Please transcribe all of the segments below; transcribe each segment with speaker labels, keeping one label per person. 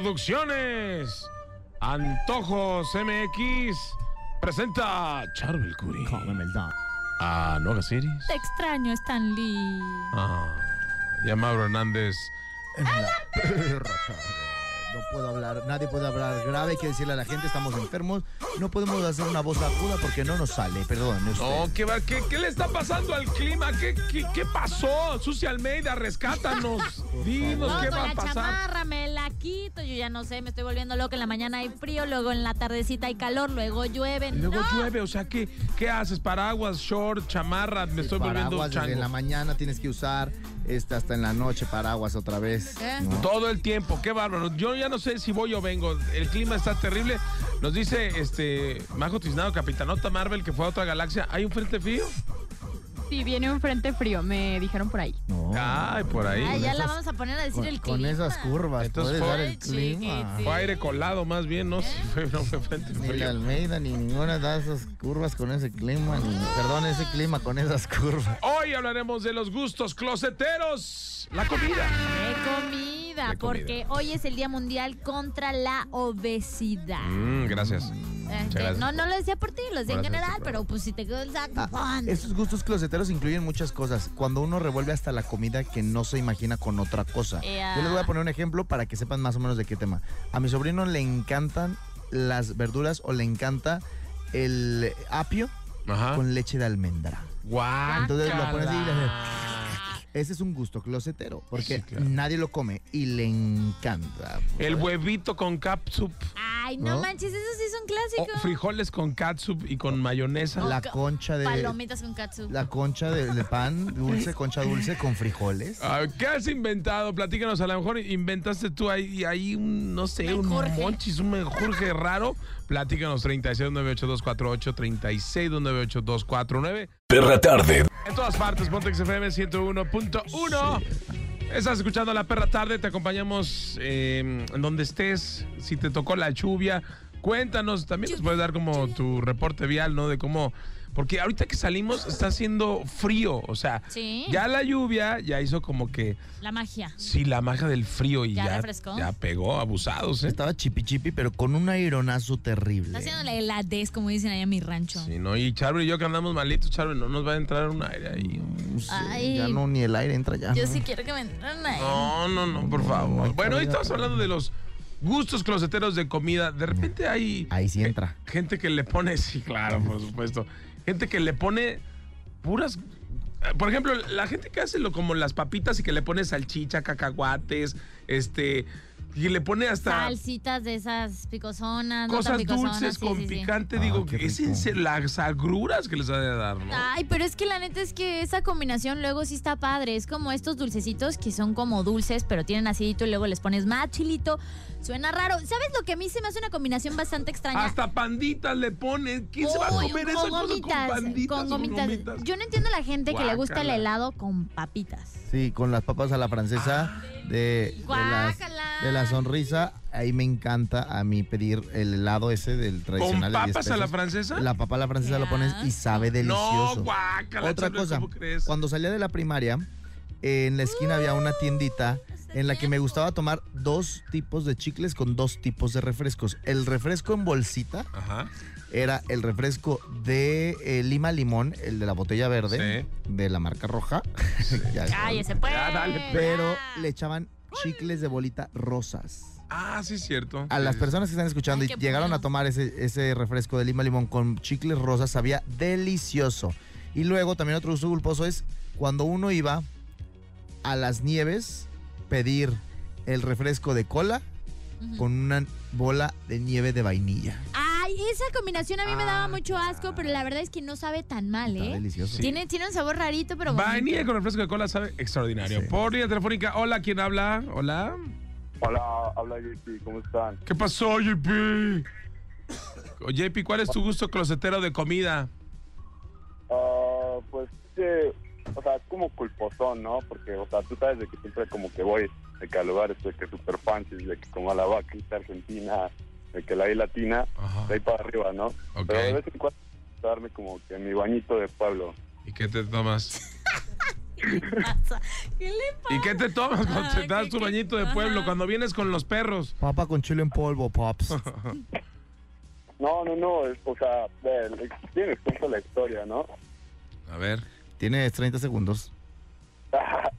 Speaker 1: Producciones Antojos MX presenta Charbel Curry. A Noga Cities.
Speaker 2: Te extraño, Stanley.
Speaker 1: Ah, y a Mauro Hernández.
Speaker 3: No puedo hablar, nadie puede hablar grave, hay que decirle a la gente, estamos enfermos. No podemos hacer una voz aguda porque no nos sale, perdón. este, usted.
Speaker 1: No, ¿qué, va- qué, qué le está pasando al clima? ¿Qué, qué, qué pasó? Sucia Almeida, rescátanos. Dinos
Speaker 2: No,
Speaker 1: Pues, qué
Speaker 2: con
Speaker 1: va a
Speaker 2: la
Speaker 1: pasar.
Speaker 2: chamarra me la quito. Yo ya no sé, me estoy volviendo loca. En la mañana hay frío, luego en la tardecita hay calor, luego llueve.
Speaker 1: Y Luego
Speaker 2: no,
Speaker 1: llueve, o sea, ¿qué, ¿qué haces? Paraguas, short, chamarra, me estoy volviendo
Speaker 3: Paraguas desde
Speaker 1: chango.
Speaker 3: la mañana tienes que usar, esta hasta en la noche, paraguas otra vez.
Speaker 2: ¿Eh?
Speaker 3: ¿no?
Speaker 1: Todo el tiempo, qué bárbaro. Yo ya no sé si voy o vengo. El clima está terrible. Nos dice este Majo Tiznado, Capitanota Marvel, que fue a otra galaxia. ¿Hay un frente frío?
Speaker 4: Sí, viene un frente frío, me dijeron por ahí.
Speaker 3: No,
Speaker 1: Ay, por ahí.
Speaker 2: Ay, ya la
Speaker 3: esas-
Speaker 2: vamos a poner a decir
Speaker 3: Con,
Speaker 2: el
Speaker 3: con
Speaker 2: clima.
Speaker 3: esas curvas,
Speaker 1: Entonces
Speaker 3: puedes
Speaker 1: fue-
Speaker 3: dar
Speaker 2: Ay,
Speaker 3: el clima.
Speaker 2: chiquitín.
Speaker 1: Fue aire colado más bien, no,
Speaker 2: ¿Eh?
Speaker 1: Sí, fue- no fue frente
Speaker 3: Ni la
Speaker 1: frío.
Speaker 3: Almeida ni ninguna da esas curvas con ese clima, ni, perdón, ese clima con esas curvas.
Speaker 1: Hoy hablaremos de los gustos closeteros. La comida.
Speaker 2: De comida,
Speaker 1: De comida.
Speaker 2: porque hoy es el Día Mundial contra la Obesidad.
Speaker 1: Mm, gracias.
Speaker 2: Este,
Speaker 1: gracias.
Speaker 2: no, no lo decía por ti, lo decía en
Speaker 1: Gracias,
Speaker 2: general,
Speaker 1: sí,
Speaker 2: pero pues si te quedó el saco,
Speaker 3: Ah,
Speaker 2: pon.
Speaker 3: Esos gustos closeteros incluyen muchas cosas. Cuando uno revuelve hasta la comida que no se imagina con otra cosa.
Speaker 2: Ea.
Speaker 3: Yo les voy a poner un ejemplo para que sepan más o menos de qué tema. A mi sobrino le encantan las verduras o le encanta el apio
Speaker 1: Ajá.
Speaker 3: con leche de almendra.
Speaker 1: Guau.
Speaker 3: Entonces lo pones así y le Ese es un gusto closetero porque
Speaker 1: Sí, claro.
Speaker 3: nadie lo come y le encanta.
Speaker 1: El huevito con catsup.
Speaker 2: Ay, no,
Speaker 3: ¿No?
Speaker 2: manches, eso sí es un
Speaker 1: o
Speaker 2: clásico.
Speaker 1: frijoles con catsup y con mayonesa.
Speaker 3: La
Speaker 2: ca-
Speaker 3: concha de
Speaker 2: Palomitas con katsu.
Speaker 3: la concha de, de pan dulce, concha dulce con frijoles.
Speaker 1: A ver, ¿Qué has inventado? Platícanos, a lo mejor inventaste tú ahí, ahí un, no sé,
Speaker 2: Menjurje.
Speaker 1: un monchis, un menjurje raro. Platícanos, 3698248, 3698249.
Speaker 5: Perra Tarde.
Speaker 1: En todas partes, Pontex FM 101.1. Estás escuchando La Perra Tarde, te acompañamos eh, en donde estés, si te tocó la lluvia, cuéntanos, también nos puedes dar como tu reporte vial, ¿no? De cómo... Porque ahorita que salimos está haciendo frío, o sea,
Speaker 2: Sí.
Speaker 1: ya la lluvia ya hizo como que...
Speaker 2: La magia.
Speaker 1: Sí, la magia del frío y
Speaker 2: ¿Ya
Speaker 1: ya,
Speaker 2: refrescó?
Speaker 1: ya pegó, abusados, ¿eh?
Speaker 3: Estaba chipi chipi, pero con un aironazo terrible.
Speaker 2: Está haciendo la heladez, como dicen allá en mi rancho.
Speaker 1: Sí, no, y Charly y yo que andamos malitos, Charly, no nos va a entrar un aire ahí.
Speaker 3: Sí,
Speaker 2: Ay.
Speaker 3: ya no, ni el aire entra ya.
Speaker 2: Yo
Speaker 3: ¿no?
Speaker 2: sí quiero que me entren ahí.
Speaker 1: No, no, no, por favor.
Speaker 3: no,
Speaker 1: Bueno, hoy
Speaker 3: todavía
Speaker 1: estamos hablando de los gustos closeteros de comida. De repente hay
Speaker 3: Ahí sí entra.
Speaker 1: gente que le pone, sí, claro, por supuesto. Gente que le pone puras. Por ejemplo, la gente que hace lo como las papitas y que le pone salchicha, cacahuates, este, y le pone hasta
Speaker 2: Salsitas de esas picosonas. no tan
Speaker 1: cosas
Speaker 2: picosonas,
Speaker 1: dulces
Speaker 2: sí,
Speaker 1: con
Speaker 2: sí, sí.
Speaker 1: picante.
Speaker 3: Ah,
Speaker 1: Digo,
Speaker 3: qué
Speaker 1: es
Speaker 3: rico.
Speaker 1: en serio, las agruras que les ha de dar, ¿no?
Speaker 2: Ay, pero es que la neta es que esa combinación luego sí está padre. Es como estos dulcecitos que son como dulces, pero tienen acidito y luego les pones más chilito. Suena raro. ¿Sabes lo que a mí se me hace una combinación bastante extraña?
Speaker 1: Hasta panditas le ponen. ¿Quién se va a
Speaker 2: Uy,
Speaker 1: comer esa cosa con
Speaker 2: gomitas,
Speaker 1: panditas?
Speaker 2: con
Speaker 1: o
Speaker 2: gomitas.
Speaker 1: gomitas?
Speaker 2: Yo no entiendo la gente que le gusta el
Speaker 1: Guácala.
Speaker 2: helado con papitas.
Speaker 3: Sí, con las papas a la francesa de, de las-
Speaker 2: Guácala.
Speaker 3: de la sonrisa. Ahí me encanta a mí pedir el helado ese del
Speaker 1: ¿Con
Speaker 3: tradicional. de 10
Speaker 1: papas a la
Speaker 3: pesos.
Speaker 1: francesa?
Speaker 3: La papa a la francesa lo pones y sabe delicioso.
Speaker 1: No, guácala,
Speaker 3: Otra
Speaker 1: Charlie,
Speaker 3: cosa,
Speaker 1: ¿cómo crees?
Speaker 3: cuando salía de la primaria, en la esquina había una tiendita en la que me gustaba tomar dos tipos de chicles con dos tipos de refrescos. El refresco en bolsita
Speaker 1: Ajá.
Speaker 3: era el refresco de eh, Lima Limón, el de la botella verde, de la marca roja. Ya está.
Speaker 2: Cállese, pues.
Speaker 1: Ya, dale,
Speaker 3: Pero le echaban chicles de bolita rosas.
Speaker 1: Ah, sí, es cierto.
Speaker 3: A las personas que están escuchando
Speaker 2: Ay,
Speaker 3: y
Speaker 2: qué
Speaker 3: llegaron
Speaker 2: bueno.
Speaker 3: a tomar ese, ese refresco de Lima Limón con chicles rosas, sabía delicioso. Y luego también otro uso culposo es cuando uno iba a las nieves pedir el refresco de cola
Speaker 2: Ujú.
Speaker 3: con una bola de nieve de vainilla.
Speaker 2: Ay, esa combinación a mí me
Speaker 1: Ah,
Speaker 2: daba mucho asco,
Speaker 1: claro.
Speaker 2: pero la verdad es que no sabe tan mal,
Speaker 3: Está
Speaker 2: ¿eh?
Speaker 3: delicioso.
Speaker 1: Sí.
Speaker 2: Tiene, tiene un sabor rarito, pero bonito.
Speaker 1: Vainilla con refresco de cola sabe extraordinario.
Speaker 3: Sí.
Speaker 1: Por línea telefónica. Hola, ¿quién habla? Hola.
Speaker 6: Hola, habla JP, ¿cómo están?
Speaker 1: ¿Qué pasó, JP? Oh, JP, ¿cuál es tu gusto closetero de comida?
Speaker 6: Ah, pues, que, o sea, es como culposón, ¿no? Porque, o sea, tú sabes de que siempre como que voy de que a lugares de que super fancies, de que como a la vaquita argentina, de que la I latina,
Speaker 1: Ajá.
Speaker 6: de ahí para arriba, ¿no?
Speaker 1: Ok.
Speaker 6: Pero de vez en cuando darme como que mi bañito de pueblo.
Speaker 1: ¿Y qué te tomas?
Speaker 2: ¿Qué le
Speaker 1: ¿Y qué te tomas cuando te
Speaker 2: Ah,
Speaker 1: das
Speaker 2: ¿qué-
Speaker 1: tu
Speaker 2: qué?
Speaker 1: bañito de pueblo?
Speaker 2: Ajá.
Speaker 1: Cuando vienes con los perros.
Speaker 3: Papa con chile en polvo, Pops.
Speaker 6: No, no, no, es, o sea, ve, le- tienes toda la historia, ¿no?
Speaker 1: A ver.
Speaker 3: Tienes 30 segundos.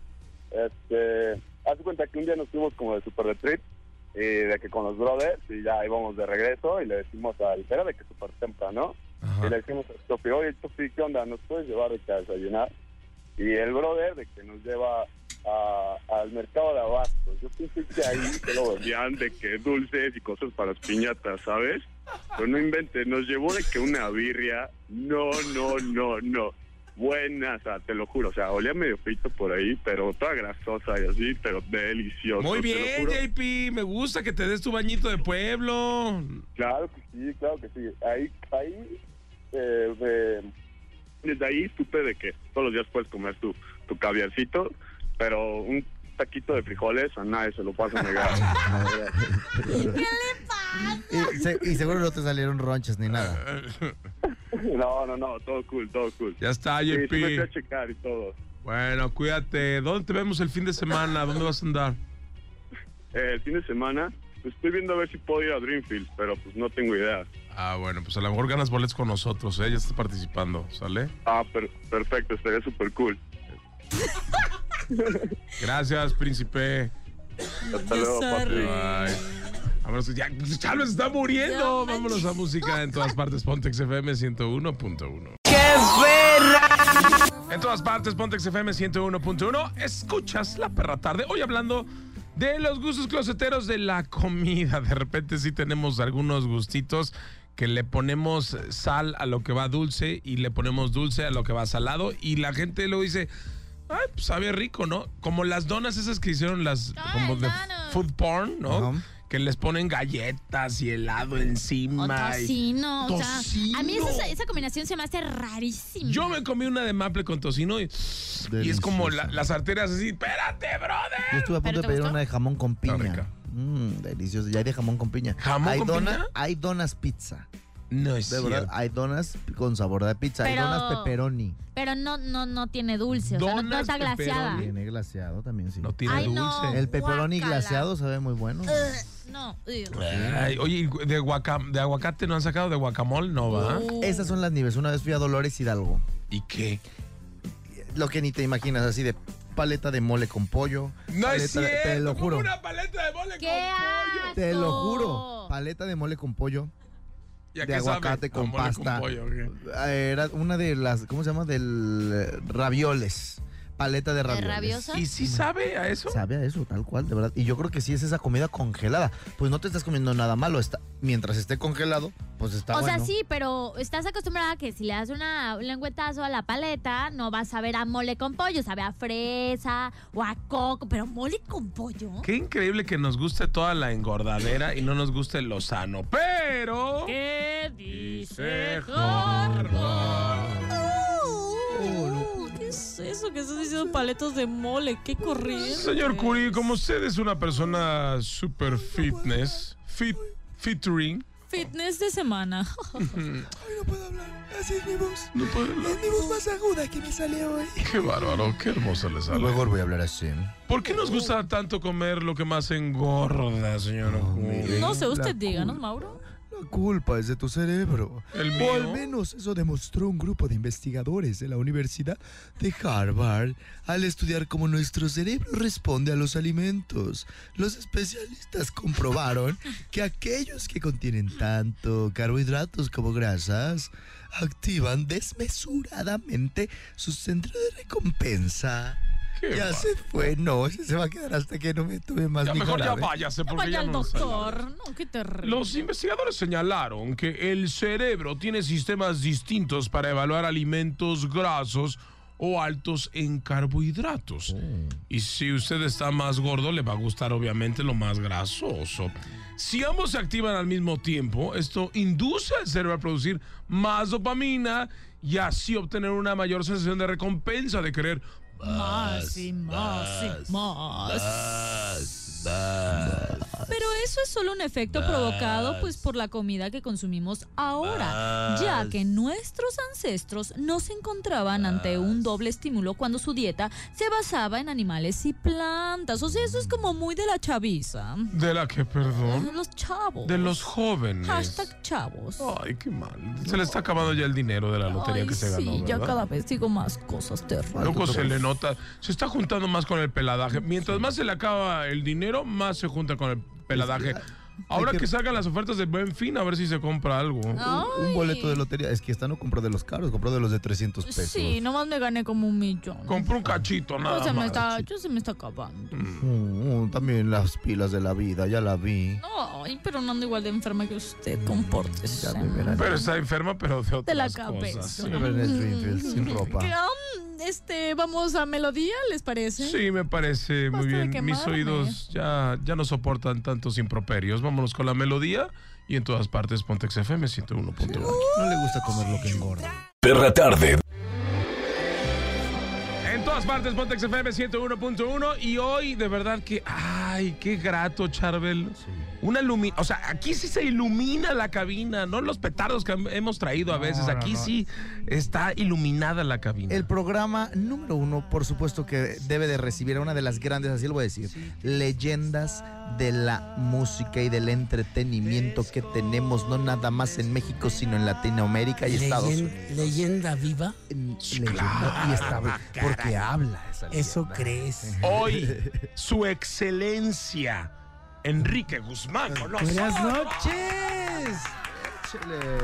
Speaker 6: Este, haz de cuenta que un día nos fuimos como de super retreat y de que con los brothers y ya íbamos de regreso y le decimos al era de que super temprano
Speaker 1: Ajá.
Speaker 6: y le decimos al Topi, oye Topi, ¿qué onda? ¿Nos puedes llevar de que a desayunar? Y el brother de que nos lleva a- al mercado de abastos. Yo pensé que ahí se lo vendían de que dulces y cosas para las piñatas, ¿sabes? Pero no inventes, nos llevó de que una birria, no, no, no, no. Buena, o sea, te lo juro, o sea, olía medio frito por ahí, pero toda grasosa y así, pero delicioso.
Speaker 1: Muy
Speaker 6: te lo
Speaker 1: bien,
Speaker 6: juro.
Speaker 1: JP. Me gusta que te des tu bañito de pueblo.
Speaker 6: Claro que sí, claro que sí. Ahí, ahí, eh, eh, desde ahí supe de que todos los días puedes comer tu, tu caviarcito, pero un taquito de frijoles a nadie se lo pasa a negar.
Speaker 3: Y, se- y seguro no te salieron ronchas ni nada.
Speaker 6: no, no, no, todo cool, todo cool.
Speaker 1: Ya está,
Speaker 6: Sí, sí me fui a
Speaker 1: JP.
Speaker 6: checar y todo.
Speaker 1: Bueno, cuídate. ¿Dónde te vemos el fin de semana? ¿Dónde vas a andar?
Speaker 6: Eh, el fin de semana, pues, estoy viendo a ver si puedo ir a Dreamfield, pero pues no tengo idea.
Speaker 1: Ah, bueno, pues a lo mejor ganas boletos con nosotros, ¿eh? Ya estás participando, ¿sale?
Speaker 6: Ah, per- perfecto, estaría súper cool.
Speaker 1: Gracias, príncipe.
Speaker 6: Hasta luego, papi.
Speaker 1: Bye. Vámonos, pues ya, Chalo se está muriendo. Vámonos a música en todas partes. Pontex FM 101.1. ¡Qué En todas partes, Pontex FM 101.1. Escuchas la perra tarde. Hoy hablando de los gustos closeteros de la comida. De repente sí tenemos algunos gustitos que le ponemos sal a lo que va dulce y le ponemos dulce a lo que va salado. Y la gente lo dice. Ay, pues sabe rico, ¿no? Como las donas esas que hicieron las
Speaker 2: Ah,
Speaker 1: como de
Speaker 2: donas.
Speaker 1: food porn, ¿no?
Speaker 3: Ajá.
Speaker 1: Que les ponen galletas y helado
Speaker 2: O
Speaker 1: encima. y-
Speaker 2: tocino, o sea,
Speaker 1: Tocino.
Speaker 2: a mí esa, esa combinación se me hace rarísima.
Speaker 1: Yo me comí una de maple con tocino y, y es como la- las arterias así, espérate,
Speaker 3: Yo
Speaker 1: brother.
Speaker 3: estuve a punto
Speaker 2: ¿Pero
Speaker 3: de
Speaker 2: te
Speaker 3: pedir
Speaker 2: gustó?
Speaker 3: una de jamón con piña.
Speaker 1: rica.
Speaker 3: Mm, delicioso. Ya hay de jamón con piña.
Speaker 1: ¿Jamón
Speaker 3: hay
Speaker 1: con piña?
Speaker 3: Hay donas pizza.
Speaker 1: No es
Speaker 3: De verdad,
Speaker 1: cierto.
Speaker 3: hay donas con sabor de pizza.
Speaker 2: Pero-
Speaker 3: Hay donas pepperoni.
Speaker 2: Pero no, no, no tiene dulce, o sea, no- no,
Speaker 1: Donas
Speaker 2: está glaseada.
Speaker 1: pepperoni.
Speaker 3: Tiene glaseado también, sí.
Speaker 1: No tiene
Speaker 2: Ay, no.
Speaker 1: dulce.
Speaker 3: El pepperoni
Speaker 2: Guácala.
Speaker 3: glaseado sabe muy bueno.
Speaker 2: Ugh, no, ugh.
Speaker 1: Ay, oye, ¿y de, guaca- ¿de aguacate no han sacado? ¿De guacamole? No, va.
Speaker 3: Esas son las nieves. Una vez fui a Dolores Hidalgo.
Speaker 1: ¿Y qué?
Speaker 3: Lo que ni te imaginas, así de paleta de mole con pollo.
Speaker 1: No es
Speaker 3: paleta de-
Speaker 1: cierto.
Speaker 3: Te lo
Speaker 1: como
Speaker 3: juro.
Speaker 1: Una paleta de mole
Speaker 2: ¡Qué
Speaker 1: con pollo.
Speaker 2: asco!
Speaker 3: Te lo juro. Paleta de mole con pollo.
Speaker 1: ¿Y a
Speaker 3: de
Speaker 1: qué sabe?
Speaker 3: aguacate
Speaker 1: A
Speaker 3: con
Speaker 1: mole
Speaker 3: pasta.
Speaker 1: pollo, ¿qué?
Speaker 3: Era una de las, ¿cómo se llama? Del eh, ravioles. Paleta de
Speaker 2: ¿De
Speaker 3: ravioles.
Speaker 2: rabiosa?
Speaker 1: ¿Y sí sabe a eso?
Speaker 3: Sabe a eso, tal cual, de verdad. Y yo creo que sí es esa comida congelada. Pues no te estás comiendo nada malo. Está, mientras esté congelado, pues está
Speaker 2: o sea,
Speaker 3: bueno.
Speaker 2: sí, pero estás acostumbrada a que si le das una, un lengüetazo a la paleta, no vas a ver a mole con pollo, sabe a fresa o a coco, pero mole con pollo.
Speaker 1: Qué increíble que nos guste toda la engordadera y no nos guste lo sano. Pero.
Speaker 2: ¿Qué
Speaker 1: dice Oh,
Speaker 7: Uh, ¿Qué es eso que estás diciendo paletas de mole? ¿Qué corriente?
Speaker 1: Señor Curi, como usted es una persona super fitness, fit, featuring.
Speaker 7: Fitness de semana.
Speaker 8: No puedo hablar. Así es mi voz.
Speaker 1: No puede
Speaker 8: Es
Speaker 1: hablar.
Speaker 8: mi voz más aguda que me sale hoy.
Speaker 1: Qué bárbaro, qué hermosa le sale.
Speaker 3: Luego voy a hablar así.
Speaker 1: ¿Por qué nos gusta tanto comer lo que más engorda, señor Curi?
Speaker 7: No sé,
Speaker 3: la
Speaker 7: usted díganos, Mauro.
Speaker 3: La culpa es de tu cerebro.
Speaker 1: ¿El
Speaker 8: O
Speaker 1: mío?
Speaker 8: al menos eso demostró un grupo de investigadores de la Universidad de Harvard al estudiar cómo nuestro cerebro responde a los alimentos. Los especialistas comprobaron que aquellos que contienen tanto carbohidratos como grasas activan desmesuradamente su centro de recompensa.
Speaker 1: Qué
Speaker 8: ya
Speaker 1: bárbaro.
Speaker 8: se fue, no, ese se va a quedar hasta que no me tome más
Speaker 1: Ya mejor ya
Speaker 3: ¿eh?
Speaker 8: Nicolás.
Speaker 1: váyase porque
Speaker 7: Vaya
Speaker 1: ya
Speaker 7: al
Speaker 1: no nos sale.
Speaker 7: doctor. No, qué terrible.
Speaker 1: Los investigadores señalaron que el cerebro tiene sistemas distintos para evaluar alimentos grasos o altos en carbohidratos.
Speaker 7: Oh.
Speaker 1: Y si usted está más gordo, le va a gustar obviamente lo más grasoso. Si ambos se activan al mismo tiempo, esto induce al cerebro a producir más dopamina y así obtener una mayor sensación de recompensa, de querer
Speaker 7: Más y más y más. Pero eso es solo un efecto provocado pues por la comida que consumimos ahora, ya que nuestros ancestros no se encontraban ante un doble estímulo cuando su dieta se basaba en animales y plantas. O sea, eso es como muy de la chaviza.
Speaker 1: de la que
Speaker 7: De
Speaker 1: perdón,
Speaker 7: los chavos.
Speaker 1: de los jóvenes.
Speaker 7: Hashtag chavos.
Speaker 1: Ay, qué mal. Se le está acabando ya el dinero de la lotería
Speaker 7: Ay,
Speaker 1: que se
Speaker 7: sí,
Speaker 1: ganó.
Speaker 7: ya
Speaker 1: ¿verdad?
Speaker 7: cada vez digo más cosas terroristas.
Speaker 1: Loco se le nota, se está juntando más con el peladaje. Mientras más se le acaba el dinero, más se junta con el peladaje. Ahora que salgan las ofertas de buen fin, a ver si se compra algo.
Speaker 7: Ah.
Speaker 8: Un boleto de lotería. Es que esta no compró de los caros, compró de los de 300 pesos.
Speaker 7: Sí, nomás me gané como un millón.
Speaker 1: Compró un cachito,
Speaker 7: O
Speaker 1: nada
Speaker 7: sea, me
Speaker 1: más.
Speaker 7: está, yo Pues se me está acabando.
Speaker 8: Mm, también las pilas de la vida, ya la vi.
Speaker 7: No, ay, pero no ando igual de enferma que usted.
Speaker 1: Mm,
Speaker 7: Compórtese.
Speaker 8: Ya me verán.
Speaker 1: Pero está enferma, pero de
Speaker 7: De la
Speaker 1: otras
Speaker 7: cabeza.
Speaker 1: cosas.
Speaker 8: Ya me verán en Springfield, sin ropa.
Speaker 7: Que, um, este, vamos a melodía, ¿les parece?
Speaker 1: Sí, me parece muy
Speaker 7: Basta de
Speaker 1: bien. Mis
Speaker 7: quemarme.
Speaker 1: oídos ya, ya no soportan tantos improperios. Vámonos con la melodía y en todas partes Pontex FM 101.1.
Speaker 8: No le gusta comer lo que engorda.
Speaker 5: Perra tarde.
Speaker 1: En todas partes, Pontex FM 101.1. Y hoy, de verdad que, ay, qué grato, Charbel. Una lumi o sea, aquí sí se ilumina la cabina, no los petardos que hem- hemos traído a veces. Aquí sí está iluminada la cabina.
Speaker 3: El programa número uno, por supuesto que debe de recibir a una de las grandes, así lo voy a decir, leyendas de la música y del entretenimiento que tenemos, no nada más en México, sino en Latinoamérica y Estados
Speaker 9: Leyen-
Speaker 3: Unidos.
Speaker 9: leyenda viva,
Speaker 3: En- leyenda y estable, porque habla esa
Speaker 9: eso
Speaker 3: leyenda.
Speaker 9: crees.
Speaker 1: Hoy, su excelencia, Enrique Guzmán. con nosotros.
Speaker 9: Buenas noches.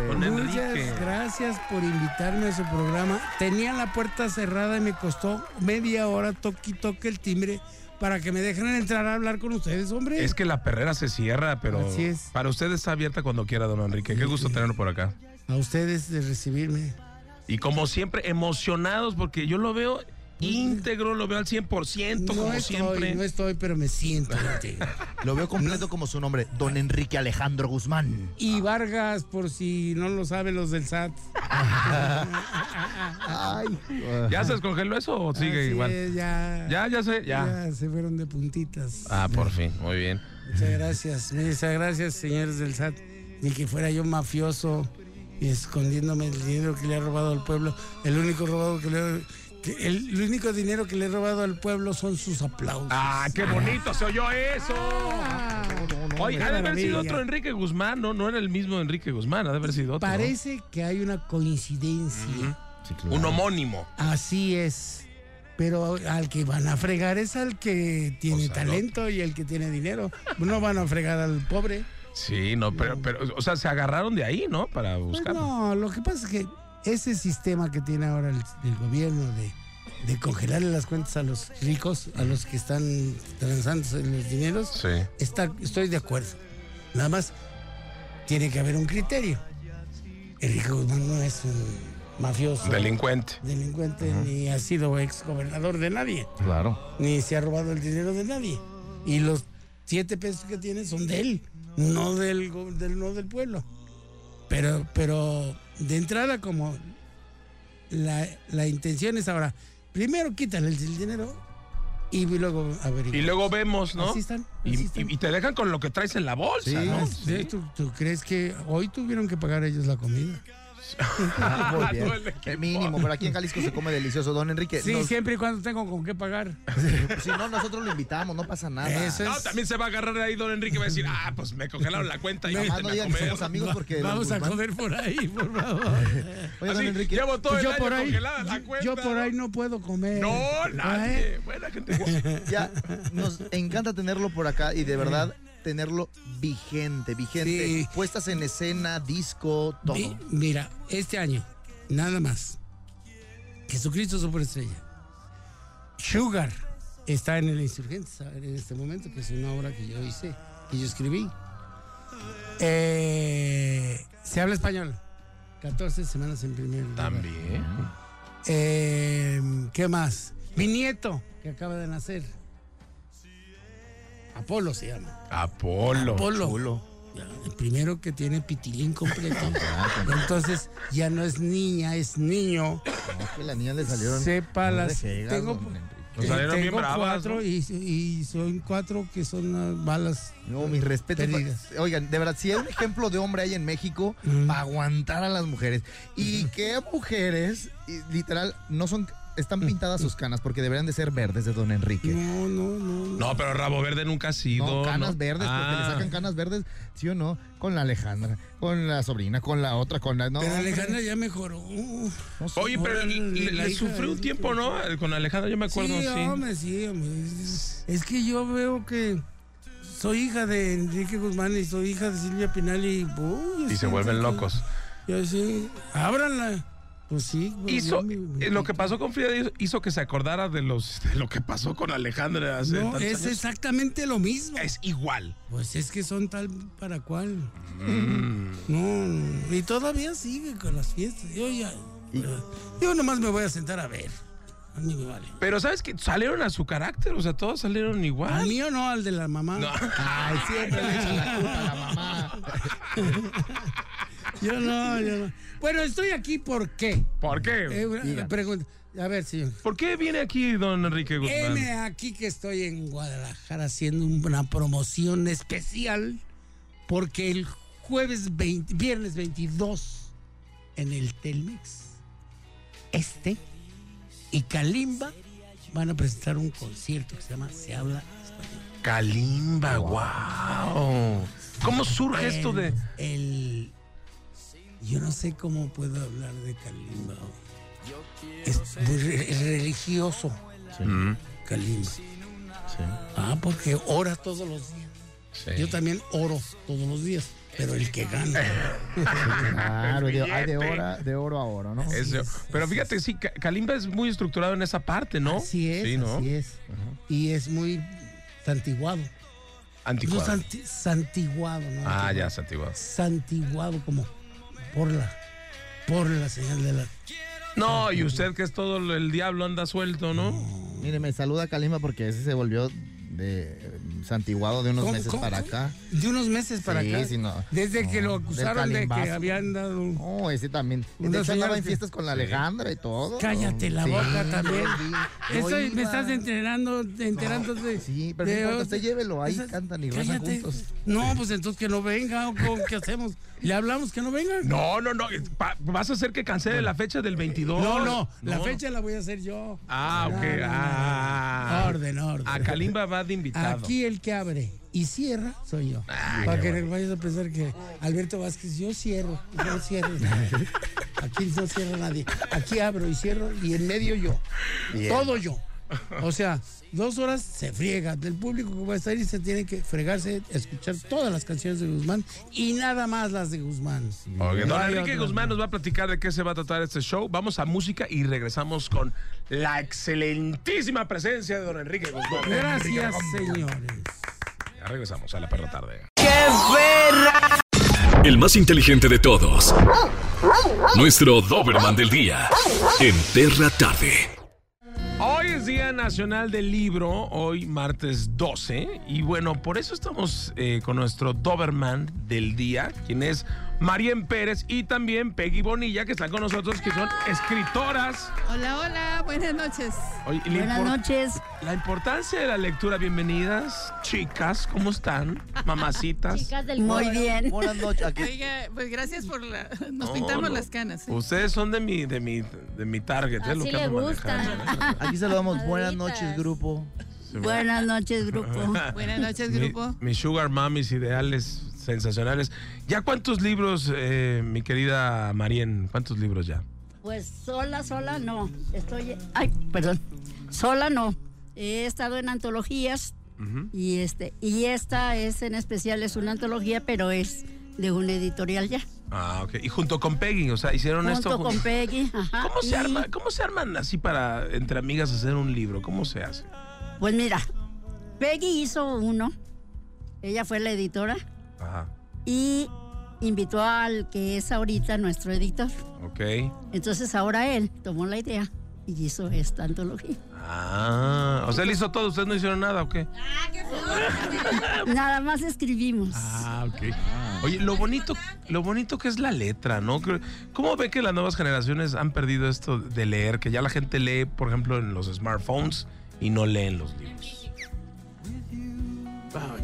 Speaker 1: Con
Speaker 9: Muchas
Speaker 1: Enrique.
Speaker 9: gracias por invitarme a su programa. Tenía la puerta cerrada y me costó media hora toque y toque el timbre para que me dejaran entrar a hablar con ustedes, hombre.
Speaker 1: Es que la perrera se cierra, pero
Speaker 9: Así es.
Speaker 1: para usted está abierta cuando quiera, don Enrique. Qué gusto tenerlo por acá.
Speaker 9: A ustedes de recibirme.
Speaker 1: Y como siempre, emocionados porque yo lo veo íntegro, lo veo al 100%, como
Speaker 9: No
Speaker 1: siempre.
Speaker 9: estoy, no estoy, pero me siento. contigo.
Speaker 3: Lo veo completo como su nombre, Don Enrique Alejandro Guzmán.
Speaker 9: Y Vargas, por si no lo saben los del SAT.
Speaker 3: Ay, Ah.
Speaker 1: ¿Ya se descongeló eso o sigue
Speaker 9: Así
Speaker 1: igual?
Speaker 9: es, ya,
Speaker 1: Ya, ya sé, ya.
Speaker 9: ya se fueron de puntitas.
Speaker 1: Ah, por fin, muy bien.
Speaker 9: Muchas gracias, muchas gracias, señores del SAT. Ni que fuera yo mafioso y escondiéndome el dinero que le ha robado al pueblo. El único robado que le que el, el único dinero que le he robado al pueblo son sus aplausos.
Speaker 1: Ah, qué bonito se oyó eso. Oye, ha de haber sido
Speaker 9: Ah. maravilla.
Speaker 1: otro Enrique Guzmán, no, no era el mismo Enrique Guzmán, ha de haber sido otro. ¿no?
Speaker 9: Parece que hay una coincidencia.
Speaker 1: Un homónimo.
Speaker 9: Así es. Pero al que van a fregar es al que tiene talento y el que tiene dinero. No van a fregar al pobre.
Speaker 1: Sí, no, pero, pero, o sea, se agarraron de ahí, ¿no? Para
Speaker 9: Pues
Speaker 1: buscarlo.
Speaker 9: no, lo que pasa es que ese sistema que tiene ahora el, el gobierno de, de congelarle las cuentas a los ricos, a los que están transando los dineros,
Speaker 1: Sí.
Speaker 9: está, estoy de acuerdo. Nada más tiene que haber un criterio. El rico Guzmán no es un mafioso,
Speaker 1: Delincuente.
Speaker 9: delincuente, ni ha sido ex gobernador de nadie,
Speaker 8: Claro.
Speaker 9: ni se ha robado el dinero de nadie. Y los siete pesos que tiene son de él, no del, go- del, no del pueblo. Pero, pero de entrada, como la, la intención es ahora, primero quítale el, el dinero y luego averigua.
Speaker 1: Y luego vemos, ¿no?
Speaker 9: Así están,
Speaker 1: Y,
Speaker 9: así están. Ah,
Speaker 1: y- y te dejan con lo que traes en la bolsa,
Speaker 8: Sí,
Speaker 1: ¿no?
Speaker 8: es-
Speaker 9: Sí, ¿Tú, tú crees que hoy tuvieron que pagar ellos la comida?
Speaker 3: Ah, muy
Speaker 1: Todo el
Speaker 3: bien.
Speaker 1: equipo.
Speaker 3: Mínimo, pero aquí en Jalisco se come delicioso, Don
Speaker 1: Eh,
Speaker 3: Enrique.
Speaker 9: Sí,
Speaker 3: nos-
Speaker 9: siempre y cuando tengo con qué pagar.
Speaker 3: Si no, nosotros lo invitamos, no pasa nada.
Speaker 9: Eso
Speaker 1: No,
Speaker 9: es.
Speaker 1: también se va a agarrar ahí don Enrique y va a decir, ah, pues me congelaron la cuenta y
Speaker 3: Nada más
Speaker 1: vete
Speaker 3: no
Speaker 1: a
Speaker 3: digan que
Speaker 1: comer.
Speaker 3: somos amigos porque. don
Speaker 9: Vamos a
Speaker 3: Guzmán-
Speaker 9: comer por ahí, por favor.
Speaker 3: Oye, don
Speaker 1: Así,
Speaker 3: Enrique.
Speaker 1: Llevo todo
Speaker 9: Pues
Speaker 1: el
Speaker 9: yo
Speaker 1: año
Speaker 9: por ahí.
Speaker 1: congelada la
Speaker 9: yo-
Speaker 1: cuenta.
Speaker 9: yo por ahí ¿eh? no puedo comer.
Speaker 1: No, nadie. Buena gente.
Speaker 3: Ya, nos encanta tenerlo por acá y de verdad tenerlo vigente, vigente.
Speaker 9: Sí.
Speaker 3: Puestas en escena, disco, todo.
Speaker 9: Mi- mira, este año, nada más. Jesucristo Superestrella. Sugar está en el Insurgente en este momento, que es una obra que yo hice, que yo escribí. Eh, se habla español. 14 semanas en primer lugar.
Speaker 1: También.
Speaker 9: Eh, ¿Qué más? Mi nieto, que acaba de nacer. Apolo se llama.
Speaker 1: Apolo.
Speaker 9: Apolo. El primero que tiene pitilín completo. Entonces ya no es niña, es niño.
Speaker 3: que la niña le salieron.
Speaker 9: Sepa
Speaker 3: no le
Speaker 9: las-
Speaker 3: pegas,
Speaker 9: tengo-
Speaker 3: don Enrique.
Speaker 1: Nos Pues salieron bien
Speaker 9: Eh, tengo
Speaker 1: bravas,
Speaker 9: cuatro
Speaker 1: ¿no?
Speaker 9: y, y son cuatro que son ah, balas.
Speaker 3: No, mis respetos. pa-
Speaker 9: Perdidas.
Speaker 3: Oigan, de verdad, si hay un ejemplo de hombre ahí en México
Speaker 9: Mm.
Speaker 3: para aguantar a las mujeres. Y qué mujeres, y literal, no son. Están pintadas
Speaker 9: Mm.
Speaker 3: sus canas porque deberían de ser verdes de Don Enrique.
Speaker 9: No, no, no.
Speaker 1: No, pero Rabo Verde nunca ha sido.
Speaker 3: No, canas
Speaker 1: ¿no?
Speaker 3: verdes, porque
Speaker 1: Ah.
Speaker 3: le sacan canas verdes, sí o no, con la Alejandra, con la sobrina, con la otra, con la. No,
Speaker 9: Pero
Speaker 3: hombre,
Speaker 9: Alejandra ya mejoró.
Speaker 3: no sé.
Speaker 1: Oye, pero le, le-
Speaker 9: La
Speaker 1: le
Speaker 9: hija
Speaker 1: sufrió un
Speaker 9: de-
Speaker 1: tiempo, ¿no? Con Alejandra, yo me acuerdo,
Speaker 9: sí,
Speaker 1: sí.
Speaker 9: hombre, sí, hombre. Es, es que yo veo que soy hija de Enrique Guzmán y soy hija de Silvia Pinal y. uy,
Speaker 1: Y se
Speaker 9: sí,
Speaker 1: vuelven
Speaker 9: sí,
Speaker 1: locos.
Speaker 9: Yo sí. Ábranla. Pues sí. pues,
Speaker 1: Hizo,
Speaker 9: yo me- me-
Speaker 1: eh, lo que pasó con Frida hizo, hizo que se acordara de, los, de lo que pasó con Alejandra hace
Speaker 9: No,
Speaker 1: tantos
Speaker 9: es
Speaker 1: años.
Speaker 9: exactamente lo mismo.
Speaker 1: Es igual.
Speaker 9: Pues es que son tal para cual.
Speaker 3: Mm.
Speaker 9: No, y todavía sigue con las fiestas. Yo ya. Yo nomás me voy a sentar a ver. A mí me vale.
Speaker 1: Pero sabes que salieron a su carácter, o sea, todos salieron
Speaker 9: Al
Speaker 1: igual.
Speaker 9: mío no, al de la mamá.
Speaker 1: No.
Speaker 3: Ay, siempre le echan la culpa a la mamá.
Speaker 9: Yo no, yo no. Bueno, estoy aquí porque.
Speaker 1: ¿Por
Speaker 9: Eh,
Speaker 1: qué?
Speaker 9: una-
Speaker 3: Diga.
Speaker 9: pregunta. A ver, señor.
Speaker 1: ¿Por qué viene aquí don Enrique Guzmán?
Speaker 9: Heme aquí que estoy en Guadalajara haciendo una promoción especial porque el jueves 20 viernes 22 en el Telmex este y Kalimba van a presentar un concierto que se llama Se habla español.
Speaker 1: Kalimba, wow. ¿Cómo surge esto de...?
Speaker 9: El, el- yo no sé cómo puedo hablar de Kalimba. hoy. Es muy re- es religioso
Speaker 1: Mm,
Speaker 9: Kalimba. Ah, porque ora todos los días.
Speaker 1: sí.
Speaker 9: Yo también oro todos los días, pero el que gana.
Speaker 3: Claro, de, ay,
Speaker 1: billete.
Speaker 3: de, hora- de oro a oro, ¿no?
Speaker 1: Eso. Pero fíjate, sí, Ka- Kalimba es muy estructurado en esa parte, ¿no?
Speaker 9: Así es,
Speaker 1: Sí, ¿no?
Speaker 9: así es. Y es muy santiguado. No
Speaker 1: Anticuado.
Speaker 9: santi- santiguado, ¿no?
Speaker 1: Ah,
Speaker 9: Antiguado.
Speaker 1: ya, es antiguado.
Speaker 9: Santiguado como por la, por la señal de la...
Speaker 1: No, y usted que es todo lo- el diablo anda suelto, ¿no?
Speaker 3: Mire, me saluda Kalimba porque ese se volvió de eh, santiguado de unos
Speaker 9: ¿Cómo,
Speaker 3: meses
Speaker 9: cómo,
Speaker 3: para
Speaker 9: cómo?
Speaker 3: acá.
Speaker 9: De unos meses para
Speaker 3: Sí,
Speaker 9: acá.
Speaker 3: sí, no.
Speaker 9: Desde que
Speaker 3: No,
Speaker 9: lo
Speaker 3: del
Speaker 9: acusaron de que
Speaker 3: calimbazo.
Speaker 9: habían dado... un-
Speaker 3: No, ese también.
Speaker 9: Una
Speaker 3: De hecho,
Speaker 9: señora
Speaker 3: andaba en
Speaker 9: que-
Speaker 3: fiestas con la Alejandra y todo.
Speaker 9: Cállate la boca también.
Speaker 3: yo
Speaker 9: Eso
Speaker 3: iba.
Speaker 9: me estás entrenando, enterando de...
Speaker 3: Sí, pero no
Speaker 9: de-
Speaker 3: importa, usted llévelo, ahí
Speaker 9: Esas-
Speaker 3: cantan y rezan
Speaker 9: cállate.
Speaker 3: juntos.
Speaker 9: No, pues entonces que no venga, ¿o cómo? ¿qué hacemos? ¿Le hablamos que no venga?
Speaker 1: No, no, no. es- pa- vas a hacer que cancele la fecha del 22.
Speaker 9: No, no, la fecha la voy a hacer yo.
Speaker 1: Ah, ok.
Speaker 9: No, no, no, no.
Speaker 1: Ah.
Speaker 9: Orden, orden.
Speaker 1: A Kalimba va de invitado.
Speaker 9: Aquí el que abre y cierra soy yo.
Speaker 1: Ah,
Speaker 9: Para que no vayas a pensar que Alberto Vázquez, yo cierro, yo cierro. Aquí no cierra nadie. Aquí abro y cierro y en medio yo. Todo yo. O sea, dos horas se friega del público que va a estar y se tiene que fregarse, escuchar todas las canciones de Guzmán y nada más las de Guzmán.
Speaker 1: Ok,
Speaker 9: No
Speaker 1: Don
Speaker 9: hay
Speaker 1: Enrique
Speaker 9: otra.
Speaker 1: Guzmán nos va a platicar de qué se va a tratar este show. Vamos a música y regresamos con la excelentísima presencia de Don Enrique Guzmán.
Speaker 9: Gracias, señores.
Speaker 1: Ya regresamos a la perra tarde.
Speaker 5: El más inteligente de todos. Nuestro Doberman del día. En Perra Tarde.
Speaker 1: Hoy es Día Nacional del Libro, hoy martes 12, y bueno, por eso estamos eh, con nuestro Doberman del día, quien es Marien Pérez y también Peggy Bonilla, que están con nosotros, que son escritoras.
Speaker 10: Hola, hola, buenas noches.
Speaker 1: Oye, y la
Speaker 2: Buenas
Speaker 1: impor-
Speaker 2: noches.
Speaker 1: La importancia de la lectura, bienvenidas, chicas, ¿cómo están? Mamacitas.
Speaker 2: Chicas del Muy bien.
Speaker 3: Buenas noches. Aquí
Speaker 10: Oiga, pues gracias por la. Nos
Speaker 1: No,
Speaker 10: pintamos
Speaker 1: no.
Speaker 10: las canas. ¿eh?
Speaker 1: Ustedes son de mi, de mi, de mi target, ¿eh? Lo
Speaker 2: Así
Speaker 1: que
Speaker 2: le
Speaker 1: ando
Speaker 2: gustan.
Speaker 1: manejando. ¿eh?
Speaker 3: Aquí saludamos. Buenas
Speaker 2: Madritas.
Speaker 3: noches, grupo.
Speaker 2: Buenas noches, grupo.
Speaker 10: Buenas noches,
Speaker 1: Mi-
Speaker 10: grupo.
Speaker 1: Mis sugar mummies ideales, sensacionales. ¿Ya cuántos libros, eh, mi querida Marien? ¿Cuántos libros ya?
Speaker 11: Pues sola, sola no. Estoy. Ay, perdón. Sola no. He estado en antologías y este y esta es en especial es una antología, pero es de una editorial ya.
Speaker 1: Ah, ok. Y junto con Peggy, o sea, hicieron esto.
Speaker 11: Junto con
Speaker 1: jun-
Speaker 11: Peggy. ajá,
Speaker 1: ¿Cómo
Speaker 11: y,
Speaker 1: se, arma, ¿Cómo se arman así para, entre amigas, hacer un libro? ¿Cómo se hace?
Speaker 11: Pues mira, Peggy hizo uno. Ella fue la editora
Speaker 1: Ajá.
Speaker 11: y invitó al que es ahorita nuestro editor.
Speaker 1: Ok.
Speaker 11: Entonces ahora él tomó la idea y hizo esta antología.
Speaker 1: Ah, o sea, él hizo todo, ustedes no hicieron nada, ¿o qué?
Speaker 11: Nada más escribimos.
Speaker 1: Ah, ok. Oye, lo bonito, lo bonito que es la letra, ¿no? Creo- ¿Cómo ve que las nuevas generaciones han perdido esto de leer? Que ya la gente lee, por ejemplo, en los smartphones y no leen los libros.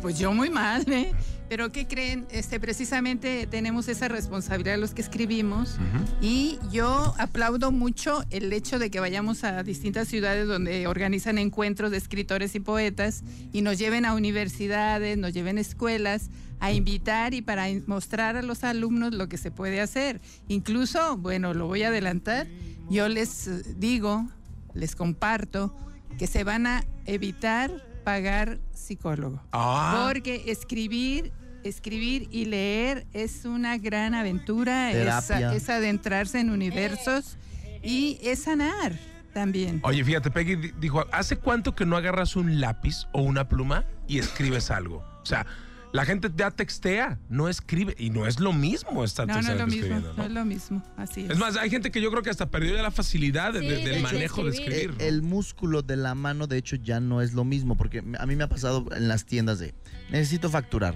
Speaker 10: Pues yo muy mal, ¿eh? Pero ¿qué creen? Este, precisamente tenemos esa responsabilidad los que escribimos y yo aplaudo mucho el hecho de que vayamos a distintas ciudades donde organizan encuentros de escritores y poetas y nos lleven a universidades, nos lleven a escuelas a invitar y para in- mostrar a los alumnos lo que se puede hacer. Incluso, bueno, lo voy a adelantar, yo les eh, digo, les comparto que se van a evitar pagar psicólogo.
Speaker 1: Ah.
Speaker 10: Porque escribir, escribir y leer es una gran aventura, es,
Speaker 1: Terapia.
Speaker 10: es adentrarse en universos y es sanar también.
Speaker 1: Oye, fíjate, Peggy di- dijo, ¿hace cuánto que no agarras un lápiz o una pluma y escribes algo? O sea, la gente ya textea, no escribe, y no es lo mismo estar
Speaker 10: No, no es
Speaker 1: texteando
Speaker 10: lo
Speaker 1: que
Speaker 10: mismo,
Speaker 1: escribiendo,
Speaker 10: no es lo mismo, así es.
Speaker 1: Es más, hay gente que yo creo que hasta perdió ya la facilidad de-
Speaker 10: Sí,
Speaker 1: de-
Speaker 10: de- de
Speaker 1: del manejo de
Speaker 10: escribir.
Speaker 1: escribir.
Speaker 3: Eh, El músculo de la mano, de hecho, ya no es lo mismo, porque a mí me ha pasado en las tiendas de necesito facturar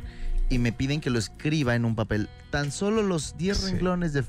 Speaker 3: y me piden que lo escriba en un papel. Tan solo los 10 renglones de f-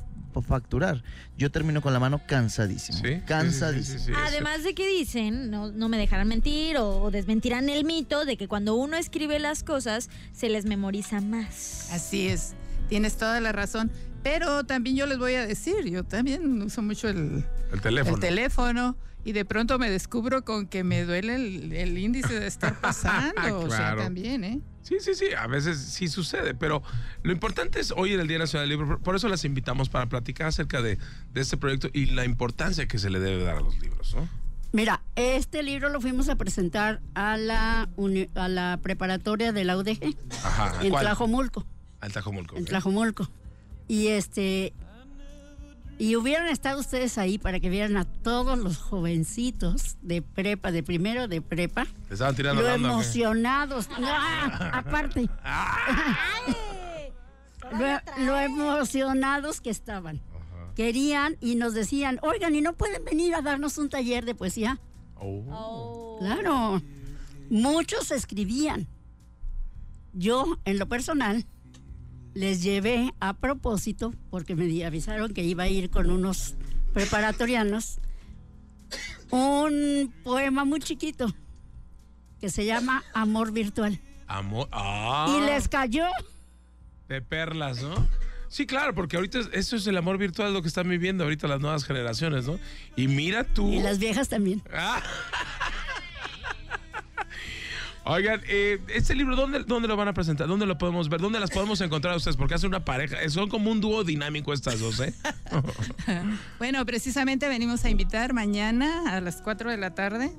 Speaker 3: facturar, yo termino con la mano cansadísimo. Cansadísimo.
Speaker 7: Además de que dicen, no, no me dejarán mentir o, o desmentirán el mito de que cuando uno escribe las cosas se les memoriza más.
Speaker 10: Así es, tienes toda la razón. Pero también yo les voy a decir, yo también uso mucho el,
Speaker 1: El teléfono.
Speaker 10: el teléfono y de pronto me descubro con que me duele el, el índice de estar pasando. O sea,
Speaker 1: Ah, Claro.
Speaker 10: también, ¿eh?
Speaker 1: Sí, sí, sí, a veces sí sucede, pero lo importante es hoy en el Día Nacional del Libro, por- por eso las invitamos para platicar acerca de, de este proyecto y la importancia que se le debe dar a los libros, ¿no?
Speaker 11: Mira, este libro lo fuimos a presentar a la, uni- a la preparatoria de la UDG
Speaker 1: Ajá.
Speaker 11: en
Speaker 1: ¿cuál?
Speaker 11: Tlajomulco.
Speaker 1: Al Tlajomulco.
Speaker 11: En
Speaker 1: ok.
Speaker 11: Tlajomulco. Y este. Y hubieran estado ustedes ahí para que vieran a todos los jovencitos de prepa, de primero de prepa,
Speaker 1: Te estaban tirando
Speaker 11: lo
Speaker 1: la onda, ¿o qué?
Speaker 11: emocionados. No, ah, aparte. lo, lo emocionados que estaban. Querían y nos decían, oigan, ¿y no pueden venir a darnos un taller de poesía?
Speaker 7: Oh.
Speaker 11: Claro. Muchos escribían. Yo, en lo personal, les llevé a propósito, porque me di- avisaron que iba a ir con unos preparatorianos, un poema muy chiquito que se llama Amor Virtual.
Speaker 1: Amor. Ah,
Speaker 11: Y les cayó.
Speaker 1: De perlas, ¿no? Sí, claro, porque ahorita es- eso es el amor virtual lo que están viviendo ahorita las nuevas generaciones, ¿no? Y mira tú.
Speaker 11: Y las viejas también.
Speaker 1: Ah. Oigan, eh, este libro, ¿dónde, ¿dónde lo van a presentar? ¿Dónde lo podemos ver? ¿Dónde las podemos encontrar a ustedes? Porque hace una pareja, eh, son como un dúo dinámico estas dos, ¿eh?
Speaker 10: Bueno, precisamente venimos a invitar mañana a las 4 de la tarde.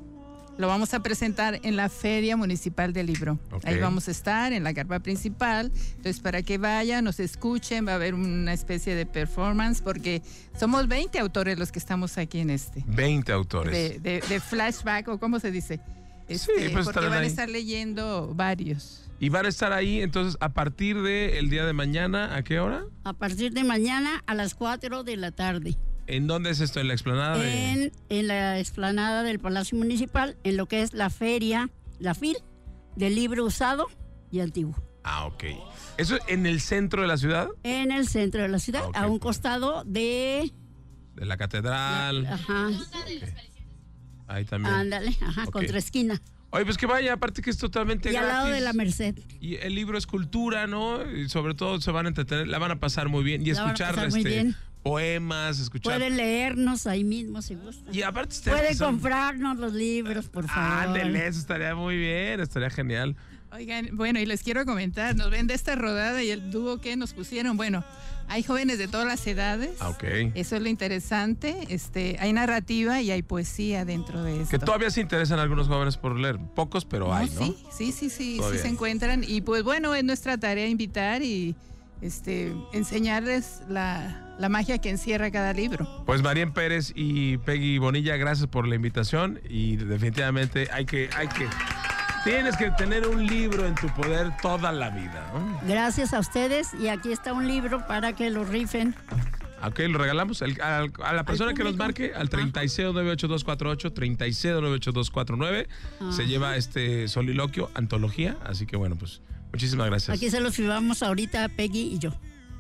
Speaker 10: Lo vamos a presentar en la Feria Municipal del Libro.
Speaker 1: Ok.
Speaker 10: Ahí vamos a estar, en la carpa principal. Entonces, para que vayan, nos escuchen, va a haber una especie de performance, porque somos 20 autores los que estamos aquí en este.
Speaker 1: 20 autores.
Speaker 10: De, de- de flashback, o cómo se dice. Este,
Speaker 1: pues,
Speaker 10: porque
Speaker 1: estarán
Speaker 10: van a
Speaker 1: ahí.
Speaker 10: estar leyendo varios.
Speaker 1: Y van a estar ahí, entonces, a partir del día de mañana, ¿a qué hora?
Speaker 11: A partir de mañana a las 4 de la tarde.
Speaker 1: ¿En dónde es esto? ¿En la explanada? de-
Speaker 11: en, en la explanada del Palacio Municipal, en lo que es la feria, la FIL, del libro usado y antiguo.
Speaker 1: Ah, ok. ¿Eso es en el centro de la ciudad?
Speaker 11: En el centro de la ciudad,
Speaker 1: Ah, ok,
Speaker 11: a un costado de...
Speaker 1: De la catedral.
Speaker 11: Ajá,
Speaker 1: Ahí también.
Speaker 11: ándale, ajá,
Speaker 1: Ok.
Speaker 11: Ah, contra esquina.
Speaker 1: Oye, pues que vaya, aparte que es totalmente
Speaker 11: Y al lado
Speaker 1: gratis.
Speaker 11: de la Merced.
Speaker 1: Y el libro es cultura, ¿no? Y sobre todo se van a entretener, la van a pasar muy bien y
Speaker 11: La van a
Speaker 1: escuchar
Speaker 11: pasar muy
Speaker 1: este,
Speaker 11: bien.
Speaker 1: poemas, escuchar.
Speaker 11: Pueden leernos ahí mismo si gustan.
Speaker 1: Y aparte ustedes que
Speaker 11: Pueden
Speaker 1: son-
Speaker 11: comprarnos los libros, por favor.
Speaker 1: Ándele, eso estaría muy bien, estaría genial.
Speaker 10: Oigan, bueno, y les quiero comentar, nos ven de esta rodada y el dúo que nos pusieron. Bueno, hay jóvenes de todas las edades.
Speaker 1: Ah, ok.
Speaker 10: Eso es lo interesante. Este, hay narrativa y hay poesía dentro de esto.
Speaker 1: Que todavía se interesan algunos jóvenes por leer, pocos, pero hay, ¿no?
Speaker 10: Sí, sí, sí, sí, sí
Speaker 1: Todavía.
Speaker 10: se encuentran. Y pues bueno, es nuestra tarea invitar y este, enseñarles la, la magia que encierra cada libro.
Speaker 1: Pues Marían Pérez y Peggy Bonilla, gracias por la invitación y definitivamente hay que, hay que, Tienes que tener un libro en tu poder toda la vida. ¿no?
Speaker 11: Gracias a ustedes y aquí está un libro para que lo rifen.
Speaker 1: Ok, lo regalamos al- al- a la persona que nos marque
Speaker 10: Ah.
Speaker 1: al 3698248, 3698249.
Speaker 10: Ah,
Speaker 11: Ajá.
Speaker 1: Se lleva este soliloquio, antología. Así que bueno, pues muchísimas gracias.
Speaker 11: Aquí se los firmamos ahorita Peggy y yo.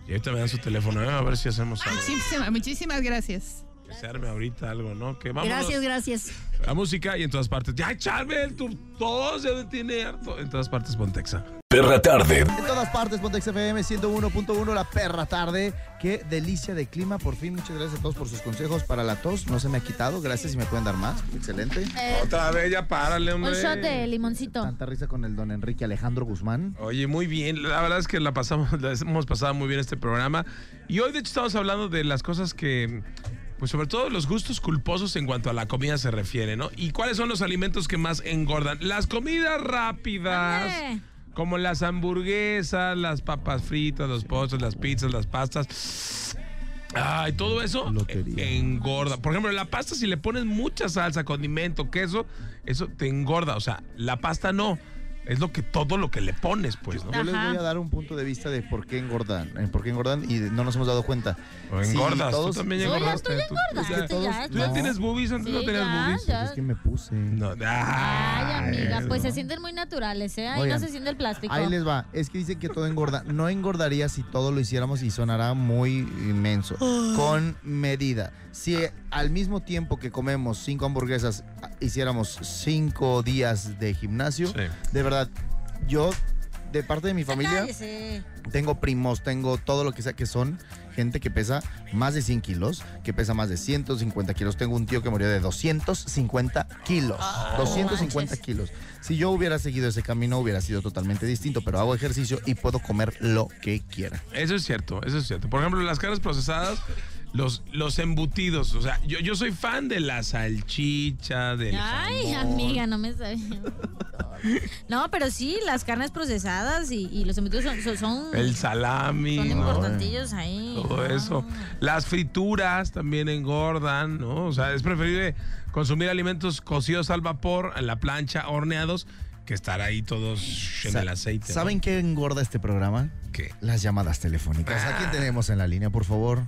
Speaker 1: Y ahorita me dan su teléfono, ¿eh? a ver si hacemos algo.
Speaker 10: Muchísima- Ah, muchísimas gracias.
Speaker 1: Que se arme ahorita algo, ¿no? Que vamos.
Speaker 10: Gracias,
Speaker 11: gracias.
Speaker 1: La música y en todas partes. ¡Ya, Charbel! Tú, todo se tiene harto. En todas partes, Pontexa.
Speaker 5: Perra tarde.
Speaker 3: En todas partes, Pontex FM 101.1, la perra tarde. Qué delicia de clima, por fin. Muchas gracias a todos por sus consejos para la tos. No se me ha quitado. Gracias y me pueden dar más. Excelente.
Speaker 2: Eh,
Speaker 1: Otra vez, ya párale,
Speaker 2: Un
Speaker 1: hombre.
Speaker 2: shot de limoncito.
Speaker 3: Tanta risa con el don Enrique Alejandro Guzmán.
Speaker 1: Oye, muy bien. La verdad es que la pasamos, la hemos pasado muy bien este programa. Y hoy, de hecho, estamos hablando de las cosas que, pues sobre todo los gustos culposos en cuanto a la comida se refiere, ¿no? ¿Y cuáles son los alimentos que más engordan? Las comidas rápidas. Como las hamburguesas, las papas fritas, los postres, las pizzas, las pastas. Ay, todo eso engorda. Por ejemplo, la pasta, si le pones mucha salsa, condimento, queso, eso te engorda. O sea, la pasta no. Es lo que todo lo que le pones, pues, ¿no?
Speaker 3: Yo les voy a dar un punto de vista de por qué engordan, eh, por qué engordan y de- no nos hemos dado cuenta. Si
Speaker 1: engordas, tú
Speaker 3: todos-
Speaker 1: también Oye, tú engordaste, ya tú- engordaste,
Speaker 3: Es que todos-
Speaker 2: ya,
Speaker 1: Tú ya
Speaker 3: no.
Speaker 1: tienes boobies, antes
Speaker 2: Sí,
Speaker 1: no tenías
Speaker 2: ya,
Speaker 1: boobies.
Speaker 2: ya. Es
Speaker 3: que me puse.
Speaker 1: No,
Speaker 2: Ay,
Speaker 3: ah,
Speaker 2: amiga,
Speaker 3: eso.
Speaker 2: pues se sienten muy naturales, ¿eh? Ahí
Speaker 3: Oigan,
Speaker 2: no se siente el plástico.
Speaker 3: Ahí les va. Es que dicen que todo engorda. No engordaría si todo lo hiciéramos y sonará muy inmenso.
Speaker 2: Ay.
Speaker 3: Con medida. Si al mismo tiempo que comemos cinco hamburguesas, ah, hiciéramos cinco días de gimnasio, de verdad, yo, de parte de mi familia, tengo primos, tengo todo lo que sea que son gente que pesa más de 100 kilos, que pesa más de 150 kilos. Tengo un tío que murió de 250 kilos.
Speaker 12: Ah,
Speaker 3: 250
Speaker 12: manches.
Speaker 3: kilos. Si yo hubiera seguido ese camino hubiera sido totalmente distinto, pero hago ejercicio y puedo comer lo que quiera.
Speaker 1: Eso es cierto, eso es cierto. Por ejemplo, las carnes procesadas, los, los embutidos. O sea, yo, yo soy fan de la salchicha, del
Speaker 2: Ay,
Speaker 1: jamón.
Speaker 2: amiga, no me sabía. No, pero sí, las carnes procesadas y, y los embutidos son, son, son
Speaker 1: El salami.
Speaker 2: son
Speaker 1: ¿no?
Speaker 2: importantillos ahí.
Speaker 1: Todo eso. Las frituras también engordan, ¿no? O sea, es preferible consumir alimentos cocidos al vapor, en la plancha, horneados, que estar ahí todos en
Speaker 3: Sa-
Speaker 1: el aceite. ¿no?
Speaker 3: ¿Saben qué engorda este programa?
Speaker 1: ¿Qué?
Speaker 3: Las llamadas telefónicas. ¿A quién
Speaker 1: Ah.
Speaker 3: tenemos en la línea, por favor?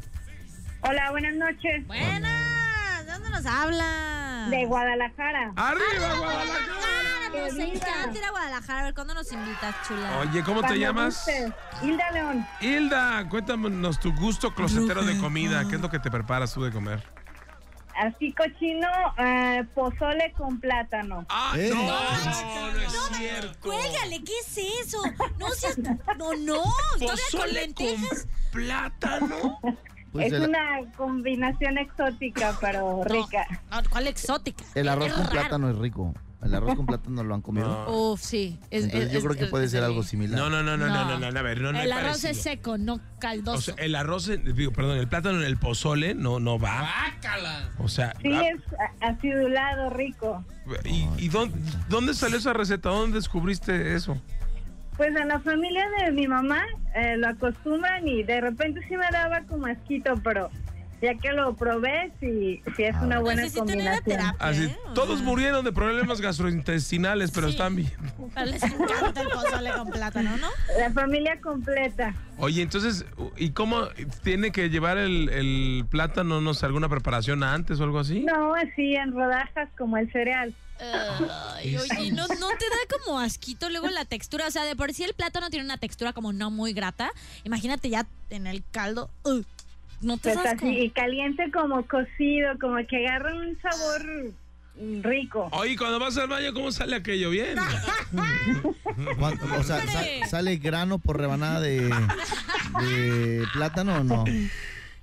Speaker 13: Hola, buenas noches.
Speaker 2: Buenas, ¿de dónde nos habla?
Speaker 13: De Guadalajara.
Speaker 1: ¡Arriba,
Speaker 2: Guadalajara! Nos
Speaker 13: Querida.
Speaker 2: encanta ir a Guadalajara. A ver, ¿cuándo nos invitas, chula?
Speaker 1: Oye, ¿cómo te
Speaker 13: Cuando
Speaker 1: llamas?
Speaker 13: guste. Hilda León.
Speaker 1: Hilda, cuéntanos tu gusto closetero de comida. ¿Qué es lo que te preparas tú de comer?
Speaker 13: Así cochino, eh, pozole con plátano.
Speaker 1: ¿Eh? no, no, no es cierto.
Speaker 2: Cuélgale, ¿qué es eso? No seas. No, no. Todavía con
Speaker 1: Pozole con
Speaker 2: lentejas.
Speaker 1: plátano.
Speaker 3: Pues
Speaker 13: es
Speaker 3: el-
Speaker 13: una combinación exótica, pero rica.
Speaker 2: ¿Cuál exótica?
Speaker 3: El arroz con plátano es rico. El arroz con plátano lo han comido.
Speaker 2: Uf, sí. Es,
Speaker 3: Entonces
Speaker 2: es-
Speaker 3: yo creo
Speaker 2: es-
Speaker 3: que puede
Speaker 2: es-
Speaker 3: ser algo similar.
Speaker 1: No, no, no, no, no, no, no, a ver, no, no hay
Speaker 2: el arroz
Speaker 1: parecido.
Speaker 2: es seco, no caldoso.
Speaker 1: O sea, eh, el arroz, en- digo, perdón, el plátano en el pozole no, no va. O sea,
Speaker 13: Sí,
Speaker 1: ah,
Speaker 13: es a- acidulado, rico.
Speaker 1: ¿y, y dónde, dónde salió esa receta? ¿Dónde descubriste eso?
Speaker 13: Pues en la familia de mi mamá eh, lo acostumbran y de repente sí me daba como asquito, pero ya que lo probé, sí, sí
Speaker 1: Ah,
Speaker 13: es una buena combinación.
Speaker 1: Así,
Speaker 2: Mm.
Speaker 1: todos murieron de problemas gastrointestinales, pero están bien.
Speaker 2: Les encanta el pozole con plátano, ¿no?
Speaker 13: La familia completa.
Speaker 1: Oye, entonces, ¿y cómo tiene que llevar el, el plátano, no sé, alguna preparación antes o algo así?
Speaker 13: No, así en rodajas como el cereal.
Speaker 2: Ay, oye, ¿no, ¿no te da como asquito luego la textura? O sea, de por sí el plátano tiene una textura como no muy grata. Imagínate ya en el caldo. ¡Uy! no te
Speaker 13: Pues
Speaker 2: das
Speaker 13: así, y caliente como cocido, como que agarra un sabor mm, rico.
Speaker 1: Oye, cuando vas al baño, ¿cómo sale aquello? Bien.
Speaker 3: ¿Cuánto- O sea, sa- ¿sale grano por rebanada de, de plátano o no?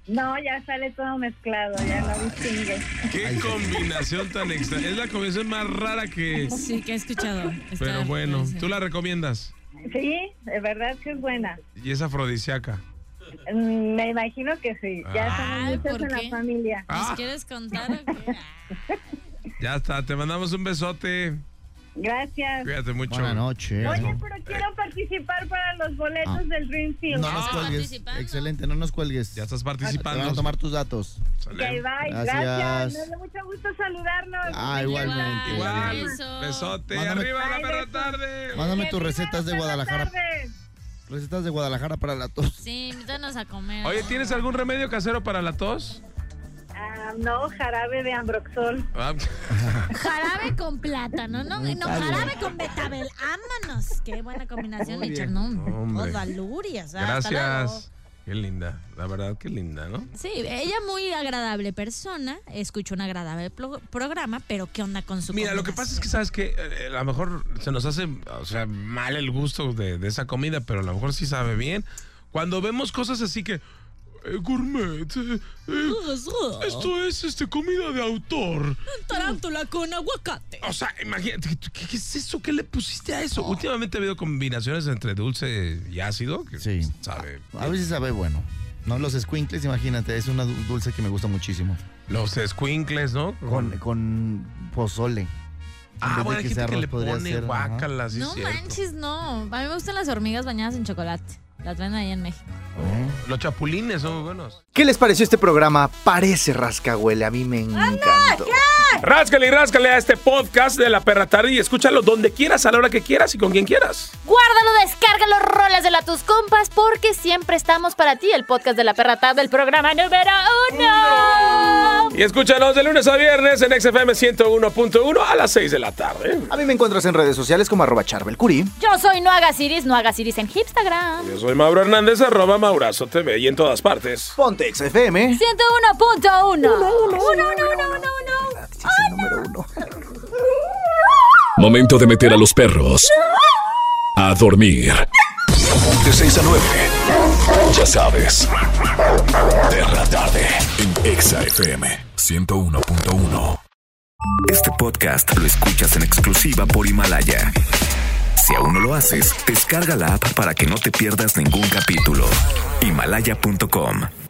Speaker 13: No, ya sale todo mezclado, ya no distingue.
Speaker 1: Qué combinación tan extra. Es la combinación más rara que.
Speaker 2: Sí, que he escuchado.
Speaker 1: Pero bueno, tú la recomiendas.
Speaker 13: Sí, de verdad que es buena.
Speaker 1: Y es afrodisíaca.
Speaker 13: Mm, Me imagino que sí. Ya somos muchos en la
Speaker 1: Ah.
Speaker 13: familia.
Speaker 2: ¿Nos quieres contar?
Speaker 1: Ya está, te mandamos un besote.
Speaker 13: Gracias.
Speaker 1: Cuídate mucho.
Speaker 3: Buenas noches.
Speaker 13: Oye, pero quiero participar para los boletos
Speaker 3: Ah.
Speaker 13: del Dreamfield.
Speaker 3: No nos cuelgues. Excelente, no nos cuelgues. Ya
Speaker 1: estás
Speaker 3: participando. Te van a tomar tus datos.
Speaker 13: Ok, bye. Gracias. Nos da mucho gusto saludarnos.
Speaker 3: Ah, igualmente.
Speaker 1: Igual. Besote.
Speaker 3: Mándame-
Speaker 1: Arriba la perra tarde.
Speaker 3: Mándame tus recetas de Guadalajara. Recetas de Guadalajara para la tos.
Speaker 2: Sí, invítanos a comer.
Speaker 1: Oye, ¿tienes algún remedio casero para la tos?
Speaker 13: Ah, no, jarabe de Ambroxol.
Speaker 1: Ah,
Speaker 2: Jarabe con plátano, ¿no?
Speaker 1: Mm,
Speaker 2: No,
Speaker 1: está
Speaker 2: jarabe
Speaker 1: bien.
Speaker 2: con betabel. Ámanos. Qué buena combinación,
Speaker 1: Muy
Speaker 2: Richard.
Speaker 1: bien.
Speaker 2: No,
Speaker 1: Hombre.
Speaker 2: todo alurias. Ah, hasta luego.
Speaker 1: Gracias. Qué linda. La verdad, qué linda, ¿no?
Speaker 2: Sí, ella muy agradable persona, escuchó un agradable plo- programa, pero ¿qué onda con su
Speaker 1: Mira, lo que pasa es que sabes que a lo mejor se nos hace, o sea, mal el gusto de, de esa comida, pero a lo mejor sí sabe bien. Cuando vemos cosas así que eh, gourmet, eh, eh,
Speaker 2: Ah.
Speaker 1: esto es este comida de autor.
Speaker 2: Tarántula con aguacate.
Speaker 1: O sea, imagínate, ¿qué, qué- qué es eso? ¿Qué le pusiste a eso? Últimamente ha habido combinaciones entre dulce y ácido. Que sí. Sabe.
Speaker 3: A veces sabe bueno. No, los squinkles, imagínate, es una du- dulce que me gusta muchísimo.
Speaker 1: Los squinkles, ¿no?
Speaker 3: Con, con pozole. En vez
Speaker 1: Ah,
Speaker 3: de
Speaker 1: bueno, hay
Speaker 3: que
Speaker 1: gente
Speaker 3: sea
Speaker 1: que
Speaker 3: arroz,
Speaker 1: le
Speaker 3: podría
Speaker 1: pone
Speaker 3: ser, ajá.
Speaker 1: guácala, sí es
Speaker 2: no
Speaker 1: cierto.
Speaker 2: manches, no. A mí me gustan las hormigas bañadas en chocolate. Las ven ahí en México.
Speaker 1: Los chapulines son muy buenos.
Speaker 3: ¿Qué les pareció este programa? Parece rascahuele, a mí me encantó.
Speaker 5: Ráscale y ráscale a este podcast de La Perra Tarde y escúchalo donde quieras, a la hora que quieras y con quien quieras.
Speaker 2: Guárdalo, descárgalo, rolas de la tus compas, porque siempre estamos para ti. El podcast de la perra tarde, el programa número uno.
Speaker 5: Y escúchanos de lunes a viernes en XFM 101.1 a las 6 de la tarde.
Speaker 3: A mí me encuentras en redes sociales como arroba charbelcuri.
Speaker 2: Yo soy No Hagas Iris, No Hagas Iris en Instagram.
Speaker 5: Yo soy Mauro Hernández, arroba Maurazo TV y en todas partes.
Speaker 3: Ponte XFM.
Speaker 2: 101.1.
Speaker 5: Momento de meter a los perros a dormir. De 6 a 9. Ya sabes. Perra Tarde en Exa FM 101.1.
Speaker 14: Este podcast lo escuchas en exclusiva por Himalaya. Si aún no lo haces, descarga la app para que no te pierdas ningún capítulo. Himalaya.com